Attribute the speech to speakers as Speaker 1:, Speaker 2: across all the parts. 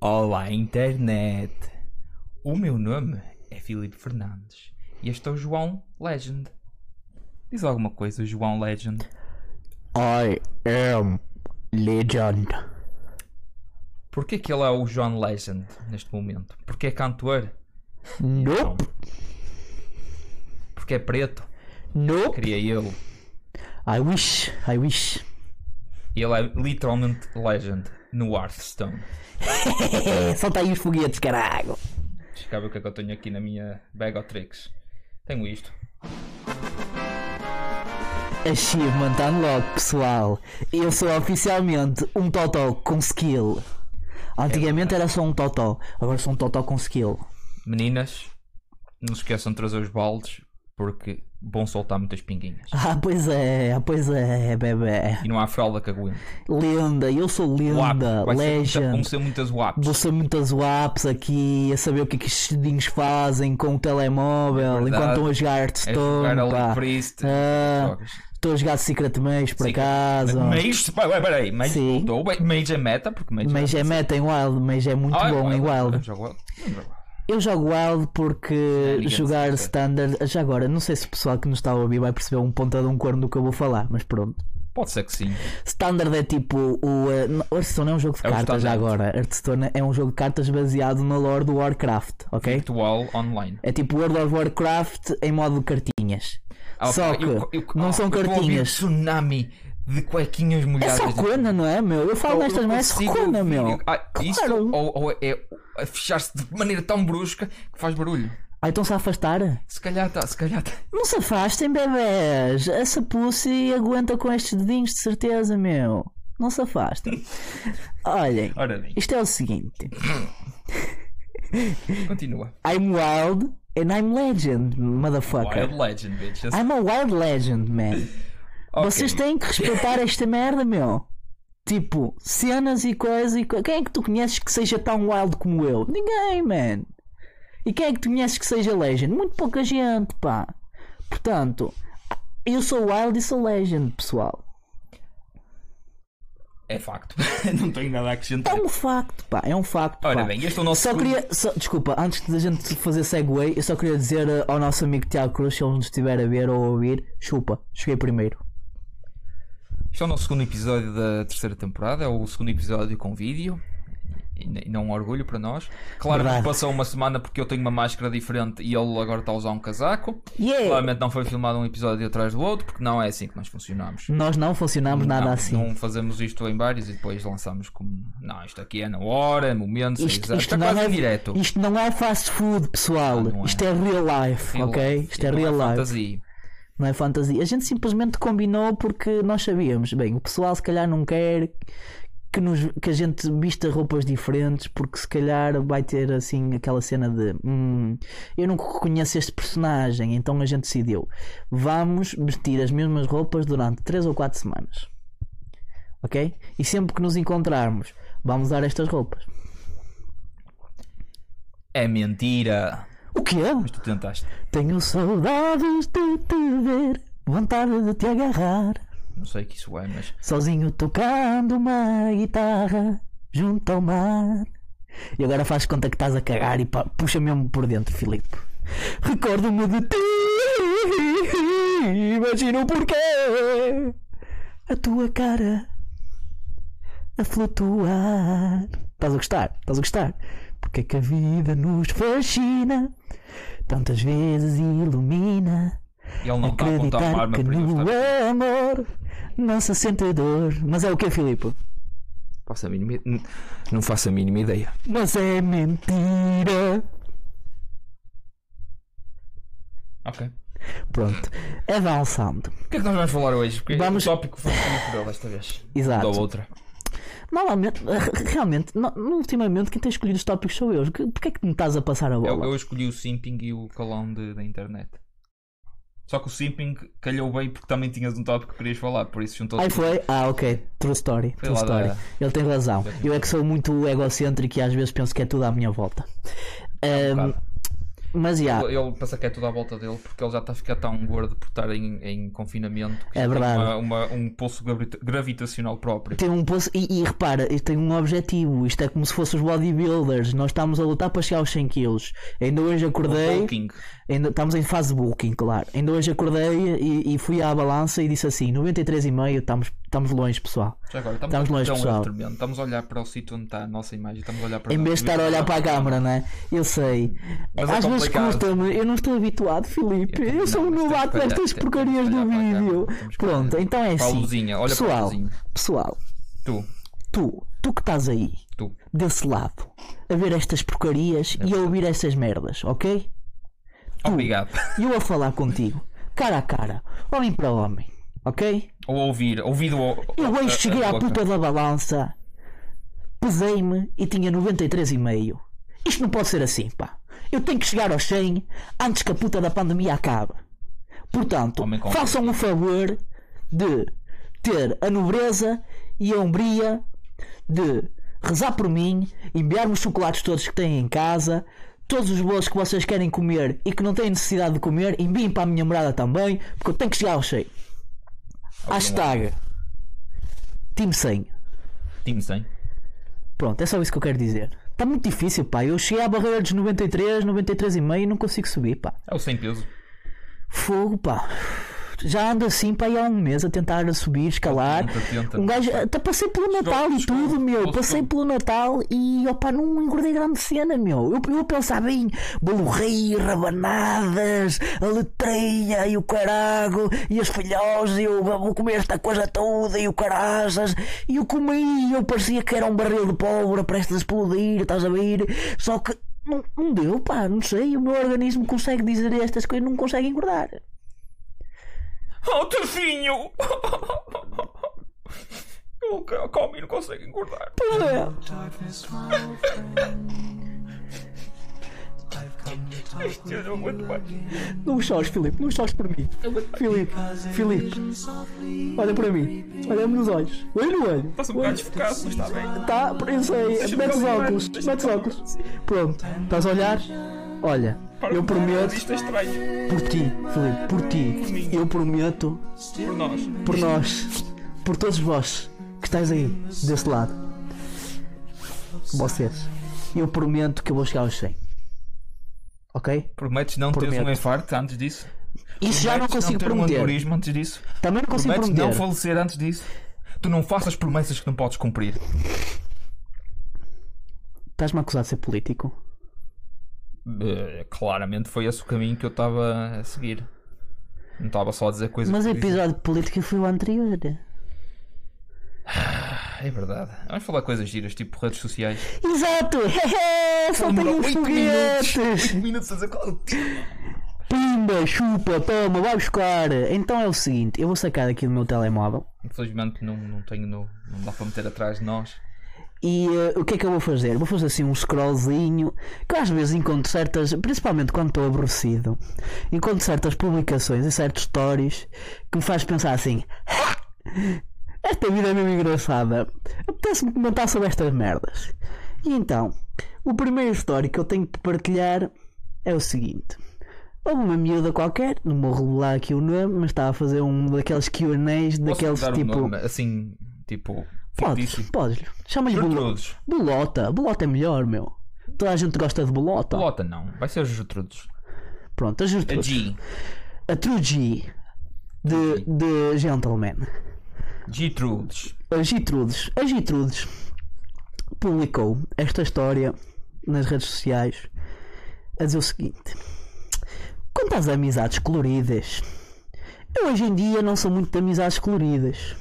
Speaker 1: Olá, internet! O meu nome é Filipe Fernandes e este é o João Legend. Diz alguma coisa, o João Legend.
Speaker 2: I am legend.
Speaker 1: Porquê que ele é o João Legend neste momento? Porque é cantor?
Speaker 2: Nope,
Speaker 1: Porque é preto?
Speaker 2: nope.
Speaker 1: Queria eu.
Speaker 2: I wish, I wish.
Speaker 1: E ele é literalmente Legend no Hearthstone.
Speaker 2: É, solta aí os foguetes, caralho.
Speaker 1: Deixa cá ver o que é que eu tenho aqui na minha bag of tricks. Tenho isto.
Speaker 2: Achievement Unlock, pessoal. Eu sou oficialmente um totó com skill. Antigamente era só um totó, agora sou um totó com skill.
Speaker 1: Meninas, não se esqueçam de trazer os baldes porque vão soltar muitas pinguinhas.
Speaker 2: Ah, pois é, ah, pois é, bebê.
Speaker 1: E não há fralda que aguente.
Speaker 2: Lenda, eu sou
Speaker 1: WAP.
Speaker 2: lenda,
Speaker 1: Vai ser- vão
Speaker 2: legend.
Speaker 1: ser muitas WAPs.
Speaker 2: Vou ser muitas WAPs aqui a saber o que é que estes dedinhos fazem com o telemóvel
Speaker 1: Verdade.
Speaker 2: enquanto estão a jogar
Speaker 1: É jogar
Speaker 2: Hearthstone. pá.
Speaker 1: ali Priest.
Speaker 2: Ah,
Speaker 1: Jogos.
Speaker 2: Estou a jogar Secret Maze por
Speaker 1: Secret
Speaker 2: acaso.
Speaker 1: Mage, pá, ué, peraí, Mage
Speaker 2: Sim.
Speaker 1: voltou, ué, Mage é meta, porque Mage,
Speaker 2: Maze é meta em Wild, Maze é muito
Speaker 1: Ah,
Speaker 2: bom
Speaker 1: ué,
Speaker 2: em
Speaker 1: eu
Speaker 2: Wild.
Speaker 1: jogo Wild. Eu jogo Wild.
Speaker 2: Eu jogo Wild porque
Speaker 1: ninguém
Speaker 2: jogar
Speaker 1: percebe.
Speaker 2: Standard. Já agora, não sei se o pessoal que nos está a ouvir vai perceber um ponta de um corno do que eu vou falar, mas pronto.
Speaker 1: Pode ser que sim.
Speaker 2: Standard é tipo o. eh, não, Hearthstone é um jogo de
Speaker 1: É o
Speaker 2: cartas já
Speaker 1: standard.
Speaker 2: agora. Hearthstone é um jogo de cartas baseado na lore do Warcraft, ok?
Speaker 1: Virtual online.
Speaker 2: É tipo World of Warcraft em modo de cartinhas.
Speaker 1: Ah,
Speaker 2: Só
Speaker 1: pá,
Speaker 2: que
Speaker 1: eu- eu-
Speaker 2: não
Speaker 1: ah,
Speaker 2: são
Speaker 1: eu tô a ouvir
Speaker 2: cartinhas.
Speaker 1: tsunami de cuequinhas
Speaker 2: É
Speaker 1: molhadas.
Speaker 2: só cona, não é, meu? Eu falo destas,
Speaker 1: Eu
Speaker 2: mas é só
Speaker 1: consigo
Speaker 2: cona,
Speaker 1: ouvir-
Speaker 2: meu.
Speaker 1: Ah, isso
Speaker 2: Claro.
Speaker 1: ou, ou é a fechar-se de maneira tão brusca que faz barulho.
Speaker 2: Ah, então se afastar?
Speaker 1: Se calhar está, se calhar tá.
Speaker 2: Não se afastem, bebés. Essa pussy aguenta com estes dedinhos, de certeza, meu. Não se afastem. Olhem,
Speaker 1: Ora bem,
Speaker 2: isto é o seguinte:
Speaker 1: continua.
Speaker 2: I'm wild and I'm legend, motherfucker.
Speaker 1: Wild Legend, bitch. Esse-
Speaker 2: I'm a wild legend, man.
Speaker 1: Ok.
Speaker 2: Ah, Vocês têm que respeitar esta merda, meu. Tipo, cenas e coisas e co... Quem é que tu conheces que seja tão wild como eu? Ninguém, man. E quem é que tu conheces que seja legend? Muito pouca gente, pá. Portanto, eu sou wild e sou legend, pessoal.
Speaker 1: É facto. Não tenho nada a
Speaker 2: É
Speaker 1: acrescentar.
Speaker 2: um facto, pá. É um facto,
Speaker 1: Ora
Speaker 2: pá.
Speaker 1: bem, este é o nosso
Speaker 2: Só
Speaker 1: segundo-
Speaker 2: queria, só- desculpa, antes de a gente fazer segue, eu só queria dizer eh, ao nosso amigo Tiago Cruz, se ele nos estiver a ver ou a ouvir, chupa, cheguei primeiro.
Speaker 1: Este é o nosso segundo episódio da terceira temporada, é o segundo episódio com vídeo. E e não um orgulho para nós. Claro que
Speaker 2: Verdade.
Speaker 1: passou uma semana porque eu tenho uma máscara diferente e ele agora está a usar um casaco.
Speaker 2: Yeah!
Speaker 1: Claramente não foi filmado um episódio atrás do outro, porque não é assim que nós funcionamos.
Speaker 2: Nós não funcionamos nada
Speaker 1: não,
Speaker 2: assim.
Speaker 1: não fazemos isto em vários e depois lançamos como. Não, isto aqui é na hora, é momento, sem
Speaker 2: Isto,
Speaker 1: exato.
Speaker 2: isto
Speaker 1: Está
Speaker 2: não
Speaker 1: quase
Speaker 2: é,
Speaker 1: em direto.
Speaker 2: isto não é fast food, pessoal.
Speaker 1: não é.
Speaker 2: Isto é real life,
Speaker 1: Real
Speaker 2: ok?
Speaker 1: life.
Speaker 2: Isto é
Speaker 1: Não
Speaker 2: real life,
Speaker 1: fantasia.
Speaker 2: não é fantasia. A gente simplesmente combinou porque nós sabíamos. Bem, o pessoal se calhar não quer que, nos- que a gente vista roupas diferentes porque se calhar vai ter assim aquela cena de "Hum, eu não reconheço este personagem. Então a gente decidiu: vamos vestir as mesmas roupas durante 3 ou 4 semanas. Ok? E sempre que nos encontrarmos, vamos usar estas roupas.
Speaker 1: É mentira.
Speaker 2: O que é?
Speaker 1: Mas tu tentaste.
Speaker 2: Tenho saudades de te ver, vontade de te agarrar.
Speaker 1: Não sei o que isso é, mas.
Speaker 2: Sozinho tocando uma guitarra, junto ao mar. E agora faz conta que estás a cagar e pá, puxa mesmo por dentro, Filipe. Recordo-me de ti, imagino o porquê. A tua cara a flutuar. Estás a gostar? Estás a gostar? Porque é que a vida nos fascina, tantas vezes ilumina.
Speaker 1: Ele não está a apontar uma
Speaker 2: Acreditar
Speaker 1: arma
Speaker 2: que
Speaker 1: para ele.
Speaker 2: no
Speaker 1: está-
Speaker 2: amor não se sente dor. Mas é o que, Filipe?
Speaker 1: Faço a mínima- n- Não faço a mínima ideia.
Speaker 2: Mas é mentira.
Speaker 1: Ok.
Speaker 2: Pronto, avançando.
Speaker 1: O que é que nós vamos falar hoje? Porque
Speaker 2: Vamos- Ah,
Speaker 1: o tópico foi natural desta vez.
Speaker 2: Exato.
Speaker 1: Da outra.
Speaker 2: Normalmente, realmente, no, no- ultimamente, quem tem escolhido os tópicos sou eu. Que- Porquê é que me estás a passar a
Speaker 1: Eu,
Speaker 2: bola?
Speaker 1: eu escolhi o simping e o calão de- da internet. Só que o simping calhou bem porque também tinhas um tópico que querias falar, por isso juntou
Speaker 2: Aí foi, ah, ok, true story.
Speaker 1: Foi
Speaker 2: True
Speaker 1: lá da-
Speaker 2: story. Ele tem razão. Eu é que sou muito egocêntrico e às vezes penso que é tudo à minha volta. Ahm,
Speaker 1: um bocado.
Speaker 2: Mas já,
Speaker 1: Ele, ele pensa que é tudo à volta dele porque ele já está a ficar tão gordo por estar em, em confinamento que
Speaker 2: É
Speaker 1: já tem
Speaker 2: verdade.
Speaker 1: uma- uma- um pulso gravita- gravitacional próprio.
Speaker 2: tem um poço. E, e repara, isto tem um objetivo. Isto é como se fossem os bodybuilders. Nós estamos a lutar para chegar aos 100 kg. Ainda hoje acordei.
Speaker 1: Hulking.
Speaker 2: Ainda, estamos em fase de booking, claro. Ainda hoje acordei e, e fui à balança e disse assim: 93,5, estamos, estamos longe, pessoal.
Speaker 1: Já agora, estamos,
Speaker 2: Estamos
Speaker 1: a-
Speaker 2: longe,
Speaker 1: é um erro
Speaker 2: pessoal.
Speaker 1: tremendo. Estamos a olhar para o sítio onde está a nossa imagem, estamos a olhar para
Speaker 2: Em vez de estar a olhar para a câmara, né? Eu sei.
Speaker 1: Mas é
Speaker 2: Às vezes
Speaker 1: complicado.
Speaker 2: custa-me, eu não estou habituado, Filipe.
Speaker 1: Eu
Speaker 2: Eu,
Speaker 1: também
Speaker 2: sou
Speaker 1: não,
Speaker 2: um
Speaker 1: mas temos
Speaker 2: novato
Speaker 1: que olhar-
Speaker 2: nestas
Speaker 1: temos que olhar
Speaker 2: porcarias do
Speaker 1: para a câmara,
Speaker 2: vídeo.
Speaker 1: temos que
Speaker 2: Pronto,
Speaker 1: olhar
Speaker 2: então é
Speaker 1: para a
Speaker 2: assim.
Speaker 1: luzinha, olha para a
Speaker 2: pessoal,
Speaker 1: luzinha.
Speaker 2: pessoal,
Speaker 1: Tu,
Speaker 2: tu, tu que estás aí,
Speaker 1: tu.
Speaker 2: desse lado, a ver estas porcarias e a ouvir estas merdas, ok?
Speaker 1: Obrigado.
Speaker 2: E eu a falar contigo, cara a cara, homem para homem, ok?
Speaker 1: Ou ouvir, ouvido. ao-
Speaker 2: Eu
Speaker 1: a- a-
Speaker 2: hoje cheguei
Speaker 1: a
Speaker 2: à
Speaker 1: boca.
Speaker 2: puta da balança, pesei-me e tinha 93,5. Isto não pode ser assim, pá. Eu tenho que chegar aos 100 antes que a puta da pandemia acabe. Portanto,
Speaker 1: Homem com
Speaker 2: façam o favor de ter a nobreza e a hombria de rezar por mim, enviar-me os chocolates todos que têm em casa, todos os bolos que vocês querem comer e que não têm necessidade de comer, enviem para a minha morada também, porque eu tenho que chegar aos 100. Hashtag Time 100.
Speaker 1: Time 100.
Speaker 2: Pronto, é só isso que eu quero dizer. Está muito difícil, pá. Eu cheguei à barreira dos 93, 93,5 e não consigo subir, pá.
Speaker 1: É o sem peso.
Speaker 2: Fogo, pá. Já ando assim, pá, aí há um mês a tentar subir, escalar.
Speaker 1: Tenta, tenta.
Speaker 2: Um gajo, até passei pelo Natal e
Speaker 1: chegou,
Speaker 2: tudo, meu.
Speaker 1: chegou,
Speaker 2: Passei
Speaker 1: chegou.
Speaker 2: pelo Natal e, opá, não engordei grande cena, meu. Eu, eu pensava em bolo rei, rabanadas, a letreia e o carago, e as filhós, e eu vou comer esta coisa toda, e o caraças. E eu comi, e eu parecia que era um barril de pólvora prestes a explodir, estás a ver? Só que não, não deu, pá, não sei. O meu organismo consegue dizer estas coisas, não consegue engordar.
Speaker 1: Oh, Tafinho! Eu ca- come e não consegue engordar.
Speaker 2: Pois é.
Speaker 1: Eu não aguento mais.
Speaker 2: Não chores, Filipe, não chores por mim. Filipe, Filipe, olha para mim, olha-me nos olhos, olha no olho.
Speaker 1: Estás um bocado desfocado, mas está bem.
Speaker 2: Tá, eu sei, mete os óculos, mete os óculos. Pronto, estás a olhar? Olha, eu prometo
Speaker 1: Isto é estranho.
Speaker 2: por ti, Filipe, por ti, eu prometo
Speaker 1: Por nós.
Speaker 2: por nós, por todos vós que estáis aí, desse lado. Vocês, eu prometo que eu vou chegar aos 100. Ok?
Speaker 1: Prometes não teres
Speaker 2: Prometo.
Speaker 1: um infarto antes disso?
Speaker 2: Isso já não
Speaker 1: Prometes
Speaker 2: consigo
Speaker 1: ter um
Speaker 2: prometer.
Speaker 1: aneurisma antes disso?
Speaker 2: Também não consigo
Speaker 1: Prometes não um
Speaker 2: prometer.
Speaker 1: falecer antes disso? Tu não faças promessas que não podes cumprir.
Speaker 2: Estás-me a acusar de ser político?
Speaker 1: Eh, claramente foi esse o caminho que eu estava a seguir. Não estava só a dizer coisas.
Speaker 2: Mas é o
Speaker 1: que dizia.
Speaker 2: episódio de política foi o anterior.
Speaker 1: É verdade. Vamos falar coisas giras, tipo redes sociais.
Speaker 2: Exato! Só tenho
Speaker 1: Demorou
Speaker 2: uns
Speaker 1: oito minutos.
Speaker 2: foguetes!
Speaker 1: Oito minutos a dizer qual é o tema.
Speaker 2: Pimba, chupa, toma, vai buscar! Então é o seguinte: eu vou sacar aqui do meu telemóvel
Speaker 1: Infelizmente não, não tenho no. Não dá para meter atrás de nós.
Speaker 2: e eh, o que é que eu vou fazer? Vou fazer assim um scrollzinho que eu às vezes encontro certas, principalmente quando estou aborrecido, encontro certas publicações e certos stories que me faz pensar assim. Esta vida é mesmo engraçada. Apetece-me comentar sobre estas merdas. E então, o primeiro story que eu tenho de partilhar é o seguinte. Houve uma miúda qualquer, não vou revelar aqui o nome, mas estava a fazer um daqueles Q&As,
Speaker 1: Posso
Speaker 2: daqueles
Speaker 1: dar
Speaker 2: tipo...
Speaker 1: um nome, assim, tipo.
Speaker 2: Podes,
Speaker 1: Fictício.
Speaker 2: podes. Chama-lhe bolo-
Speaker 1: Gertrudes.
Speaker 2: bolota. Bolota é melhor, meu. Toda a gente gosta de bolota.
Speaker 1: Pelota não. Vai ser Gertrudes.
Speaker 2: Pronto, a
Speaker 1: A
Speaker 2: É Gertrudes.
Speaker 1: G.
Speaker 2: A True G de, de Gentleman.
Speaker 1: Gertrudes.
Speaker 2: A Gitrudes, a Gitrudes publicou esta história nas redes sociais a dizer o seguinte: quanto às amizades coloridas, eu hoje em dia não sou muito de amizades coloridas,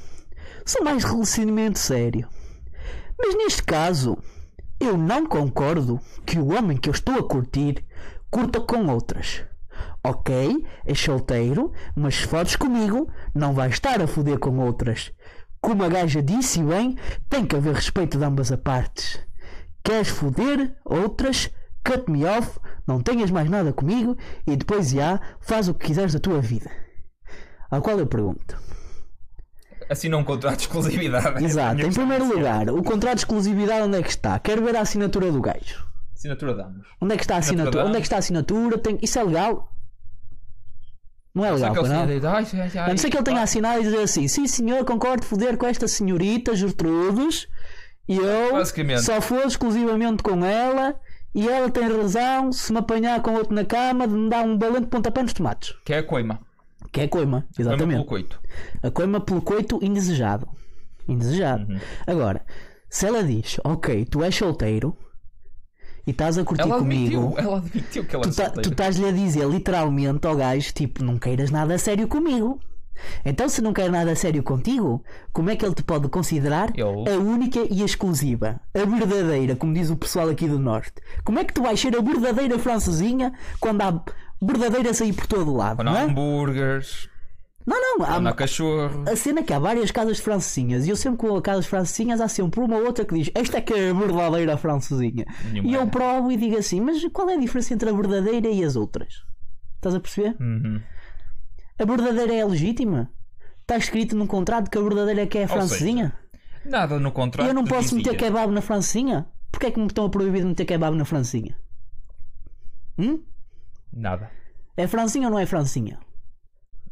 Speaker 2: sou mais relacionamento sério. Mas neste caso, eu não concordo que o homem que eu estou a curtir curta com outras. Ok, é solteiro, mas se fodes comigo, não vais estar a foder com outras. Como a gaja disse bem, tem que haver respeito de ambas as partes. Queres foder outras? Cut me off, não tenhas mais nada comigo e depois já faz o que quiseres da tua vida. Ao qual eu pergunto.
Speaker 1: Assinou um contrato de exclusividade.
Speaker 2: Exato, em primeiro lugar, o contrato de exclusividade onde é que está? Quero ver a assinatura do gajo.
Speaker 1: Assinatura damos.
Speaker 2: Onde é que está a
Speaker 1: Assinatura
Speaker 2: assinatura?
Speaker 1: dá.
Speaker 2: Onde é que está a assinatura? Tem- Isso é legal? Não é
Speaker 1: Só
Speaker 2: legal,
Speaker 1: que ele
Speaker 2: pois
Speaker 1: tinha
Speaker 2: não?
Speaker 1: dito, "Ai, ai, ai,
Speaker 2: A não ser que ele tenha assinado e dizer assim: Sim, senhor, concordo foder com esta senhorita Gertrudes e eu
Speaker 1: Basicamente.
Speaker 2: só for exclusivamente com ela e ela tem razão se me apanhar com outro na cama de me dar um balão de pontapé nos tomates.
Speaker 1: Que é a coima.
Speaker 2: Que é coima,
Speaker 1: Coima
Speaker 2: exatamente.
Speaker 1: pelo coito. Uhum.
Speaker 2: A coima pelo coito indesejado. Indesejado. Agora, se ela diz: Ok, tu és solteiro e estás a curtir
Speaker 1: Ela
Speaker 2: comigo.
Speaker 1: admitiu, ela admitiu que ela é
Speaker 2: Tu tá- tu
Speaker 1: solteira.
Speaker 2: estás-lhe a dizer literalmente ao gajo: tipo, não queiras nada a sério comigo. Então, se não quer nada a sério contigo, como é que ele te pode considerar
Speaker 1: Eu-
Speaker 2: a única e exclusiva, a verdadeira, como diz o pessoal aqui do Norte? Como é que tu vais ser a verdadeira francesinha quando há verdadeira a sair por todo o lado?
Speaker 1: Quando há
Speaker 2: Não, é?
Speaker 1: hambúrgueres,
Speaker 2: não, não, há-
Speaker 1: quando há cachorro.
Speaker 2: a cena é que há várias casas francesinhas e eu sempre que vou a casas francesinhas há sempre uma ou outra que diz esta é que é a verdadeira francesinha.
Speaker 1: Nenhuma
Speaker 2: e eu
Speaker 1: é.
Speaker 2: provo e digo assim, mas qual é a diferença entre a verdadeira e as outras? Estás a perceber?
Speaker 1: Uhum.
Speaker 2: A verdadeira é a legítima? Está escrito num contrato que a verdadeira é que é a
Speaker 1: seja,
Speaker 2: francesinha?
Speaker 1: Nada no
Speaker 2: E
Speaker 1: contrato.
Speaker 2: eu não posso
Speaker 1: dizia.
Speaker 2: meter kebab na francesinha? Porquê é que me estão a proibir de meter kebab na francesinha? Hum?
Speaker 1: Nada.
Speaker 2: É francinha ou não é francinha?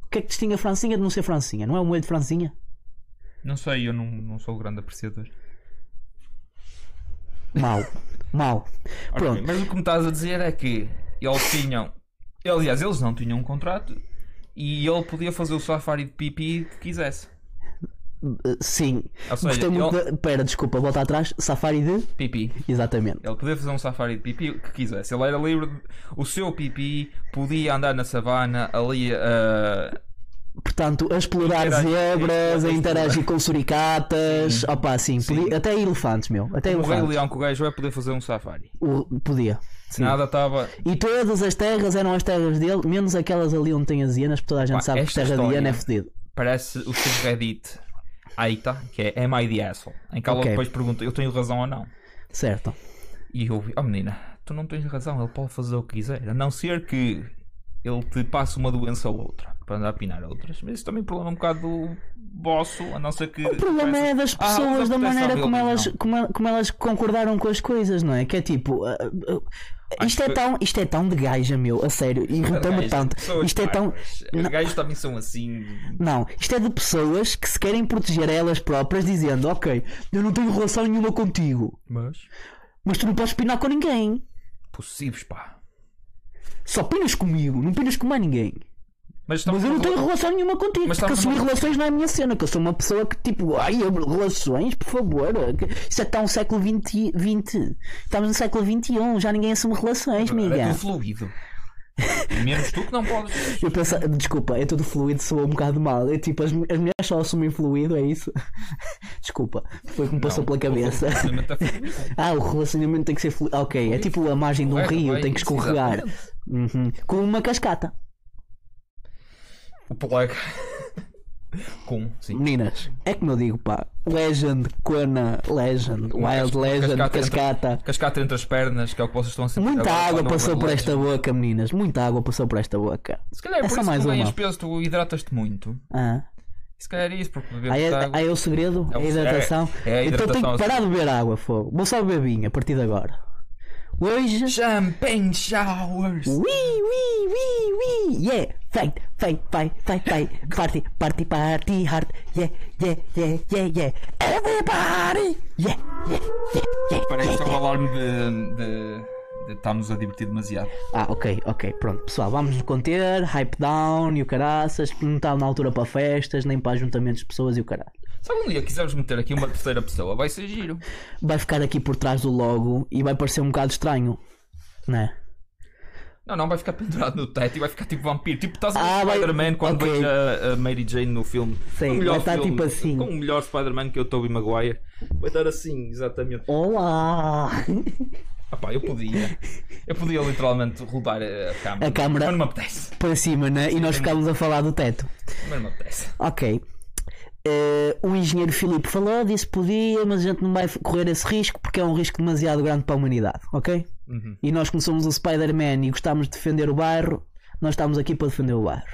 Speaker 2: O que é que distingue a francinha de não ser francinha? Não é o molho de francinha?
Speaker 1: Não sei, eu não, não sou grande apreciador.
Speaker 2: Mau. Mau.
Speaker 1: Ok,
Speaker 2: Pronto.
Speaker 1: mas o que me estás a dizer é que eles tinham. Aliás, eles não tinham um contrato e ele podia fazer o safari de pipi que quisesse.
Speaker 2: Uh, Sim.
Speaker 1: Ou seja,
Speaker 2: Gostei muito
Speaker 1: ele-
Speaker 2: da. Pera, desculpa, volta atrás. Safari de.
Speaker 1: Pipi.
Speaker 2: Exatamente.
Speaker 1: Ele podia fazer um safari de pipi que quisesse. Ele era livre. de- O seu pipi podia andar na savana ali eh, a.
Speaker 2: Portanto, a explorar
Speaker 1: Interagir-
Speaker 2: zebras, a
Speaker 1: explorar-
Speaker 2: interagir com suricatas. Opa, sim. podia- Até elefantes, meu. Até
Speaker 1: o Rei
Speaker 2: elefantes.
Speaker 1: Leão que o gajo vai poder fazer um safari.
Speaker 2: O- Podia.
Speaker 1: Se nada estava.
Speaker 2: E todas as terras eram as terras dele, menos aquelas ali onde tem as hienas, porque toda a gente
Speaker 1: Pá,
Speaker 2: sabe que
Speaker 1: esta
Speaker 2: terra de
Speaker 1: história-
Speaker 2: hiena é fodido.
Speaker 1: Parece o subreddit Aita, que é Am I the Asshole? Em que ela
Speaker 2: Ok.
Speaker 1: depois pergunta: Eu tenho razão ou não?
Speaker 2: Certo.
Speaker 1: E eu vi, oh menina, tu não tens razão, ele pode fazer o que quiser, a não ser que ele te passe uma doença ou outra, para andar a pinar outras. Mas isso também é um problema um bocado do vosso, a não ser que.
Speaker 2: O problema é das
Speaker 1: Ah,
Speaker 2: pessoas,
Speaker 1: usa
Speaker 2: da
Speaker 1: proteção
Speaker 2: maneira como
Speaker 1: dele,
Speaker 2: elas,
Speaker 1: não.
Speaker 2: como, como elas concordaram com as coisas, não é? Que é tipo. ah, ah, isto, é
Speaker 1: que-
Speaker 2: tão, isto é tão de gaja, meu, a sério, irrita-me
Speaker 1: Gajos,
Speaker 2: tanto.
Speaker 1: pessoas
Speaker 2: Isto é tão.
Speaker 1: parvas.
Speaker 2: Não.
Speaker 1: Os gajos também são assim.
Speaker 2: Não, isto é de pessoas que se querem proteger a elas próprias, dizendo: Ok, eu não tenho relação nenhuma contigo,
Speaker 1: Mas.
Speaker 2: mas tu não podes pinar com ninguém.
Speaker 1: Possíveis, pá.
Speaker 2: Só pinas comigo, não pinas com mais ninguém.
Speaker 1: Então, Mas,
Speaker 2: Mas
Speaker 1: estamos
Speaker 2: eu não
Speaker 1: numa-
Speaker 2: tenho relação nenhuma contigo,
Speaker 1: Mas
Speaker 2: porque
Speaker 1: estamos
Speaker 2: assumir
Speaker 1: numa-
Speaker 2: relações não é a minha cena, que eu sou uma pessoa que tipo, ai, eu- relações, por favor, que- isso é tão século XX, XX. Estamos no século XXI, já ninguém assume relações,
Speaker 1: É
Speaker 2: Miguel.
Speaker 1: tudo fluido. Menos tu que não podes.
Speaker 2: Eu penso, desculpa, é tudo fluido, soa um bocado mal. É tipo, as, as mulheres só assumem fluido, é isso? Desculpa, foi o que me passou
Speaker 1: Não,
Speaker 2: pela cabeça.
Speaker 1: o relacionamento é fluido.
Speaker 2: Ah, o relacionamento tem que ser fluido. Ok, é tipo a margem de um
Speaker 1: Correto,
Speaker 2: rio,
Speaker 1: bem,
Speaker 2: tem que
Speaker 1: isso,
Speaker 2: escorregar.
Speaker 1: exatamente.
Speaker 2: Uhum. Com uma cascata.
Speaker 1: O plague. Com, sim.
Speaker 2: Meninas, é como eu digo, pá. Legend, Kona, Legend, Wild Legend,
Speaker 1: cascata entre-
Speaker 2: Cascata.
Speaker 1: Cascata entre as pernas, que é o que vocês estão a sentir.
Speaker 2: Muita
Speaker 1: agora,
Speaker 2: água
Speaker 1: quando
Speaker 2: passou por
Speaker 1: overlays.
Speaker 2: esta boca, meninas. Muita água passou por esta boca.
Speaker 1: Se calhar é
Speaker 2: É
Speaker 1: por
Speaker 2: só
Speaker 1: isso
Speaker 2: mais
Speaker 1: que tu
Speaker 2: uma.
Speaker 1: ganhas peso, tu hidratas-te muito.
Speaker 2: Ah.
Speaker 1: Se calhar é isso, porque bebemos
Speaker 2: Aí, é,
Speaker 1: água.
Speaker 2: aí é o segredo,
Speaker 1: É
Speaker 2: é
Speaker 1: o-
Speaker 2: a hidratação.
Speaker 1: é- é a
Speaker 2: Então tenho
Speaker 1: hidratação,
Speaker 2: que parar de beber água, fogo. Vou só beber vinho a partir de agora. Hoje.
Speaker 1: Champagne showers!
Speaker 2: Ui, ui, ui, ui. Yeah, fight, fight, fight, fight, fight. Party, party, party hard. Yeah, yeah, yeah, yeah, yeah. Everybody! Yeah, yeah, yeah, yeah.
Speaker 1: Parece que isto é um alarme de, de, de estarmos a divertir demasiado.
Speaker 2: Ah, ok, ok, pronto, pessoal, vamos nos conter, hype down e o caraças, porque não está na altura para festas, nem para ajuntamentos de pessoas e o caralho.
Speaker 1: Se algum dia quiseres meter aqui uma terceira pessoa, vai ser giro.
Speaker 2: Vai ficar aqui por trás do logo e vai parecer um bocado estranho, né?
Speaker 1: Não, não, vai ficar pendurado no teto e vai ficar tipo vampiro. Tipo, estás a ver
Speaker 2: Ah,
Speaker 1: o
Speaker 2: vai-
Speaker 1: Spider-Man quando
Speaker 2: ok.
Speaker 1: vejo a, a Mary Jane no filme.
Speaker 2: Sim,
Speaker 1: O
Speaker 2: vai estar tipo assim.
Speaker 1: Com o melhor Spider-Man que é o Tobey Maguire. Vai estar assim, exatamente.
Speaker 2: Olá!
Speaker 1: Ah pá, eu podia. Eu podia literalmente rodar a câmera.
Speaker 2: A câmara.
Speaker 1: Mas não me apetece.
Speaker 2: Para cima, né? E nós ficámos a falar do teto.
Speaker 1: Mas não me apetece.
Speaker 2: Ok. Eh, o engenheiro Filipe falou, disse que podia, mas a gente não vai correr esse risco porque é um risco demasiado grande para a humanidade, ok?
Speaker 1: Uhum.
Speaker 2: E nós, como somos o Spider-Man e gostamos de defender o bairro, nós estamos aqui para defender o bairro.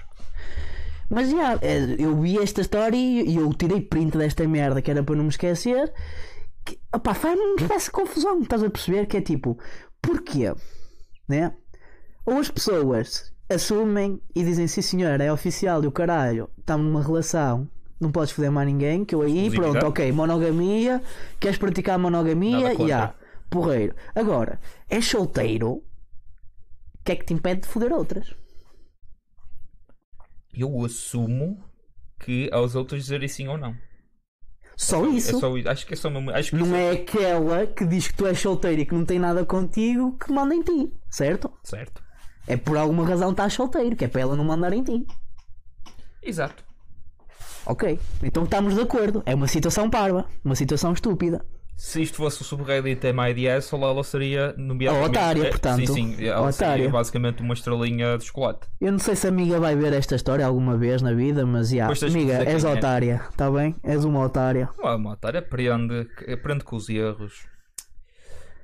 Speaker 2: Mas já, eh, eu vi esta história e e eu tirei print desta merda que era para não me esquecer. Que, opá, faz-me essa confusão, estás a perceber? Que é tipo, Porquê? Né? Ou as pessoas assumem e dizem: sim, senhor, é oficial e o caralho, estamos numa relação. Não podes foder mais ninguém, que eu aí,
Speaker 1: Exclusividade.
Speaker 2: pronto, ok, monogamia, queres praticar monogamia,
Speaker 1: Nada
Speaker 2: já,
Speaker 1: contra.
Speaker 2: ah, porreiro. Agora, és solteiro, o que é que te impede de foder outras?
Speaker 1: Eu assumo que aos outros dizerem sim ou não.
Speaker 2: Só isso.
Speaker 1: É só, acho que é só mesmo. Acho que
Speaker 2: Não
Speaker 1: isso-
Speaker 2: é aquela que diz que tu és solteiro e que não tem nada contigo que manda em ti, certo?
Speaker 1: Certo.
Speaker 2: É por alguma razão estás solteiro, que é para ela não mandar em ti.
Speaker 1: Exato.
Speaker 2: Ok, então estamos de acordo. É uma situação parva, uma situação estúpida.
Speaker 1: Se isto fosse o subreddit MIDS, ou lá ela seria nomeada.
Speaker 2: A otária,
Speaker 1: É,
Speaker 2: portanto.
Speaker 1: Sim, sim. Ela
Speaker 2: A otária.
Speaker 1: seria basicamente uma estrelinha de chocolate.
Speaker 2: Eu não sei se a amiga vai ver esta história alguma vez na vida, mas já.
Speaker 1: Depois tens que
Speaker 2: Amiga,
Speaker 1: dizer
Speaker 2: és
Speaker 1: quem é.
Speaker 2: otária, está bem? És uma otária.
Speaker 1: Não é uma otária, aprende, aprende com os erros.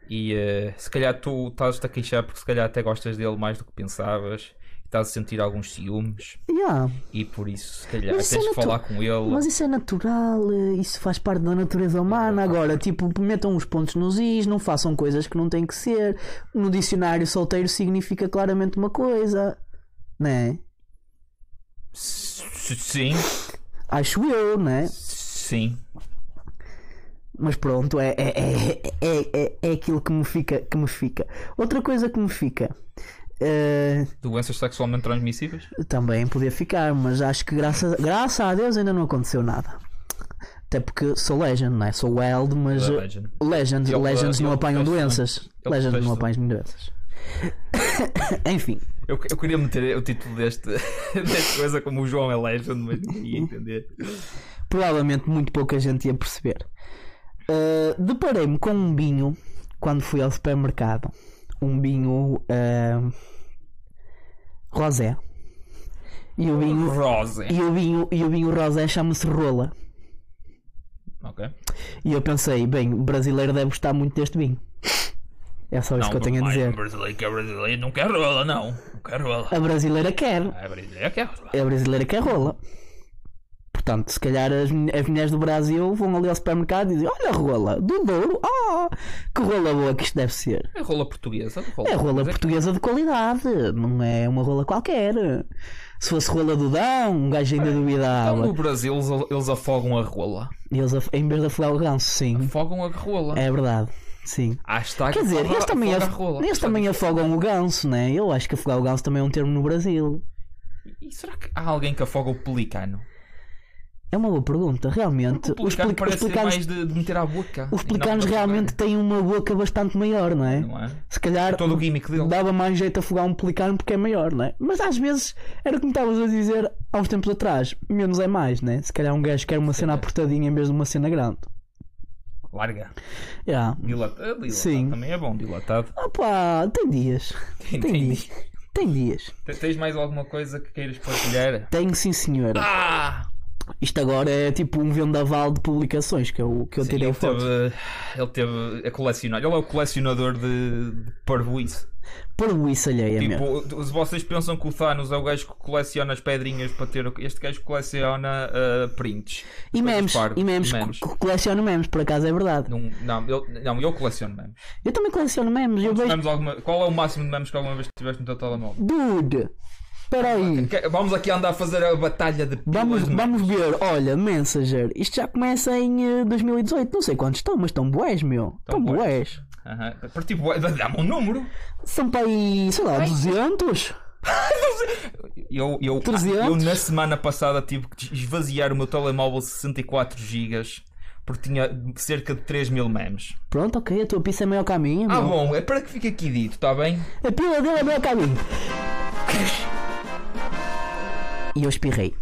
Speaker 1: E eh, se calhar tu estás-te a queixar porque se calhar até gostas dele mais do que pensavas. E estás a sentir alguns ciúmes.
Speaker 2: Já,
Speaker 1: E por isso, se calhar,
Speaker 2: Mas isso
Speaker 1: tens
Speaker 2: é
Speaker 1: de falar com ele.
Speaker 2: Mas isso é natural, eh, isso faz parte da natureza humana. Agora, tipo, metam os pontos nos is, não façam coisas que não têm que ser. No dicionário, solteiro significa claramente uma coisa, né?
Speaker 1: S- Sim,
Speaker 2: Acho eu, né?
Speaker 1: sim.
Speaker 2: Mas pronto, é, é, é, é, é, é aquilo que me, fica, que me fica. Outra coisa que me fica. eh,
Speaker 1: Doenças sexualmente transmissíveis?
Speaker 2: também podia ficar, mas acho que graças, graças a Deus ainda não aconteceu nada. Até porque sou legend, não é? Sou wild, mas.
Speaker 1: Da Legend.
Speaker 2: Legends,
Speaker 1: Ele- eh,
Speaker 2: Legends não
Speaker 1: ele
Speaker 2: apanham
Speaker 1: protege
Speaker 2: doenças.
Speaker 1: Ele
Speaker 2: Legends não
Speaker 1: protege
Speaker 2: apanham doenças. Enfim,
Speaker 1: Eu, eu queria meter o título deste, desta coisa como o João é Legend, mas ninguém ia entender.
Speaker 2: provavelmente muito pouca gente ia perceber. Uh, Deparei-me com um vinho quando fui ao supermercado. Um vinho uh, rosé. E o vinho,
Speaker 1: Rose.
Speaker 2: e o vinho, e o vinho rosé chama-se Rola. É
Speaker 1: Ok.
Speaker 2: E eu pensei, bem, o brasileiro deve gostar muito deste vinho. É só isso que eu tenho a
Speaker 1: mas
Speaker 2: dizer.
Speaker 1: Brasileiro que é brasileiro, não quer rola, não. Não quer rola.
Speaker 2: A brasileira quer.
Speaker 1: É brasileiro que é rola.
Speaker 2: é a brasileira que é rola. Portanto, se calhar as, mulhe- as mulheres do Brasil vão ali ao supermercado e dizem: Olha, rola, do Douro, ah, que rola boa que isto deve ser.
Speaker 1: É rola portuguesa? Rola
Speaker 2: É rola
Speaker 1: portuguesa.
Speaker 2: portuguesa de qualidade, não é uma rola qualquer. Se fosse rola do Dão, um gajo ainda
Speaker 1: Então,
Speaker 2: duvidava.
Speaker 1: no Brasil eles, eles afogam a rola.
Speaker 2: E Eles, af- em vez de afogar o ganso, sim,
Speaker 1: Afogam a rola.
Speaker 2: Hum. é verdade, sim.
Speaker 1: Hashtag
Speaker 2: Quer dizer,
Speaker 1: afoga-
Speaker 2: eles também,
Speaker 1: afoga
Speaker 2: af-
Speaker 1: a rola.
Speaker 2: eles também afogam o ganso, né? Eu acho que afogar o ganso também é um termo no Brasil.
Speaker 1: E será que há alguém que afoga o pelicano?
Speaker 2: É uma boa pergunta, realmente.
Speaker 1: O pelicano
Speaker 2: pelica-
Speaker 1: parece ser
Speaker 2: pelicanos-
Speaker 1: mais de, de meter à boca.
Speaker 2: Os
Speaker 1: e não
Speaker 2: pelicanos
Speaker 1: de afogar,
Speaker 2: realmente têm uma boca bastante maior, não é?
Speaker 1: Não é?
Speaker 2: Se calhar
Speaker 1: Todo o gimmick dele.
Speaker 2: dava mais jeito a afogar um pelicano porque é maior, não é? Mas às vezes era como estavas a dizer há uns tempos atrás: menos é mais, né? Se calhar um gajo quer uma cena
Speaker 1: é.
Speaker 2: apertadinha em vez de uma cena grande.
Speaker 1: Larga.
Speaker 2: Yeah.
Speaker 1: Dilata- Ah, Dilatado
Speaker 2: Sim.
Speaker 1: também é bom, dilatado.
Speaker 2: Opa, tem dias. Tem,
Speaker 1: Tem
Speaker 2: dias. Tem dias.
Speaker 1: Te- Tens mais alguma coisa que queiras partilhar?
Speaker 2: Tenho sim, senhora.
Speaker 1: Ah!
Speaker 2: Isto agora é tipo um vendaval de publicações que eu, que eu tirei
Speaker 1: ele,
Speaker 2: foto.
Speaker 1: teve, ele teve a colecionar. Ele é o colecionador de, de parvoíce.
Speaker 2: Para o isso alheia mesmo.
Speaker 1: Tipo, se vocês pensam que o Thanos é o gajo que coleciona as pedrinhas para ter. o- Este gajo coleciona ah, prints.
Speaker 2: E
Speaker 1: Coisas
Speaker 2: memes,
Speaker 1: parvas.
Speaker 2: e memes, co- coleciono memes, por acaso é verdade.
Speaker 1: Não, não, eu, não, eu coleciono memes.
Speaker 2: Eu também coleciono memes, eu vejo.
Speaker 1: Tivemos alguma- Qual é o máximo de memes que alguma vez tiveste no teu telemóvel?
Speaker 2: Dude, peraí.
Speaker 1: Que- Vamos aqui andar a fazer a batalha de é? pilas
Speaker 2: Vamos,
Speaker 1: de memes.
Speaker 2: vamos ver, olha, Messenger, isto já começa em eh, 2018, não sei quantos estão, mas estão boés, meu. Estão
Speaker 1: bués.
Speaker 2: boés.
Speaker 1: Aham. Para ti, bué, dá-me um número.
Speaker 2: São para aí, sei lá, 200?
Speaker 1: Eu, eu,
Speaker 2: 300?
Speaker 1: eu na semana passada tive que esvaziar o meu telemóvel de 64 GB porque tinha cerca de 3 mil memes.
Speaker 2: Pronto, ok, a tua pista é maior que a minha,
Speaker 1: Ah,
Speaker 2: meu.
Speaker 1: bom, é para que fique aqui dito, está bem?
Speaker 2: A pila dele é maior que a minha. E eu espirrei.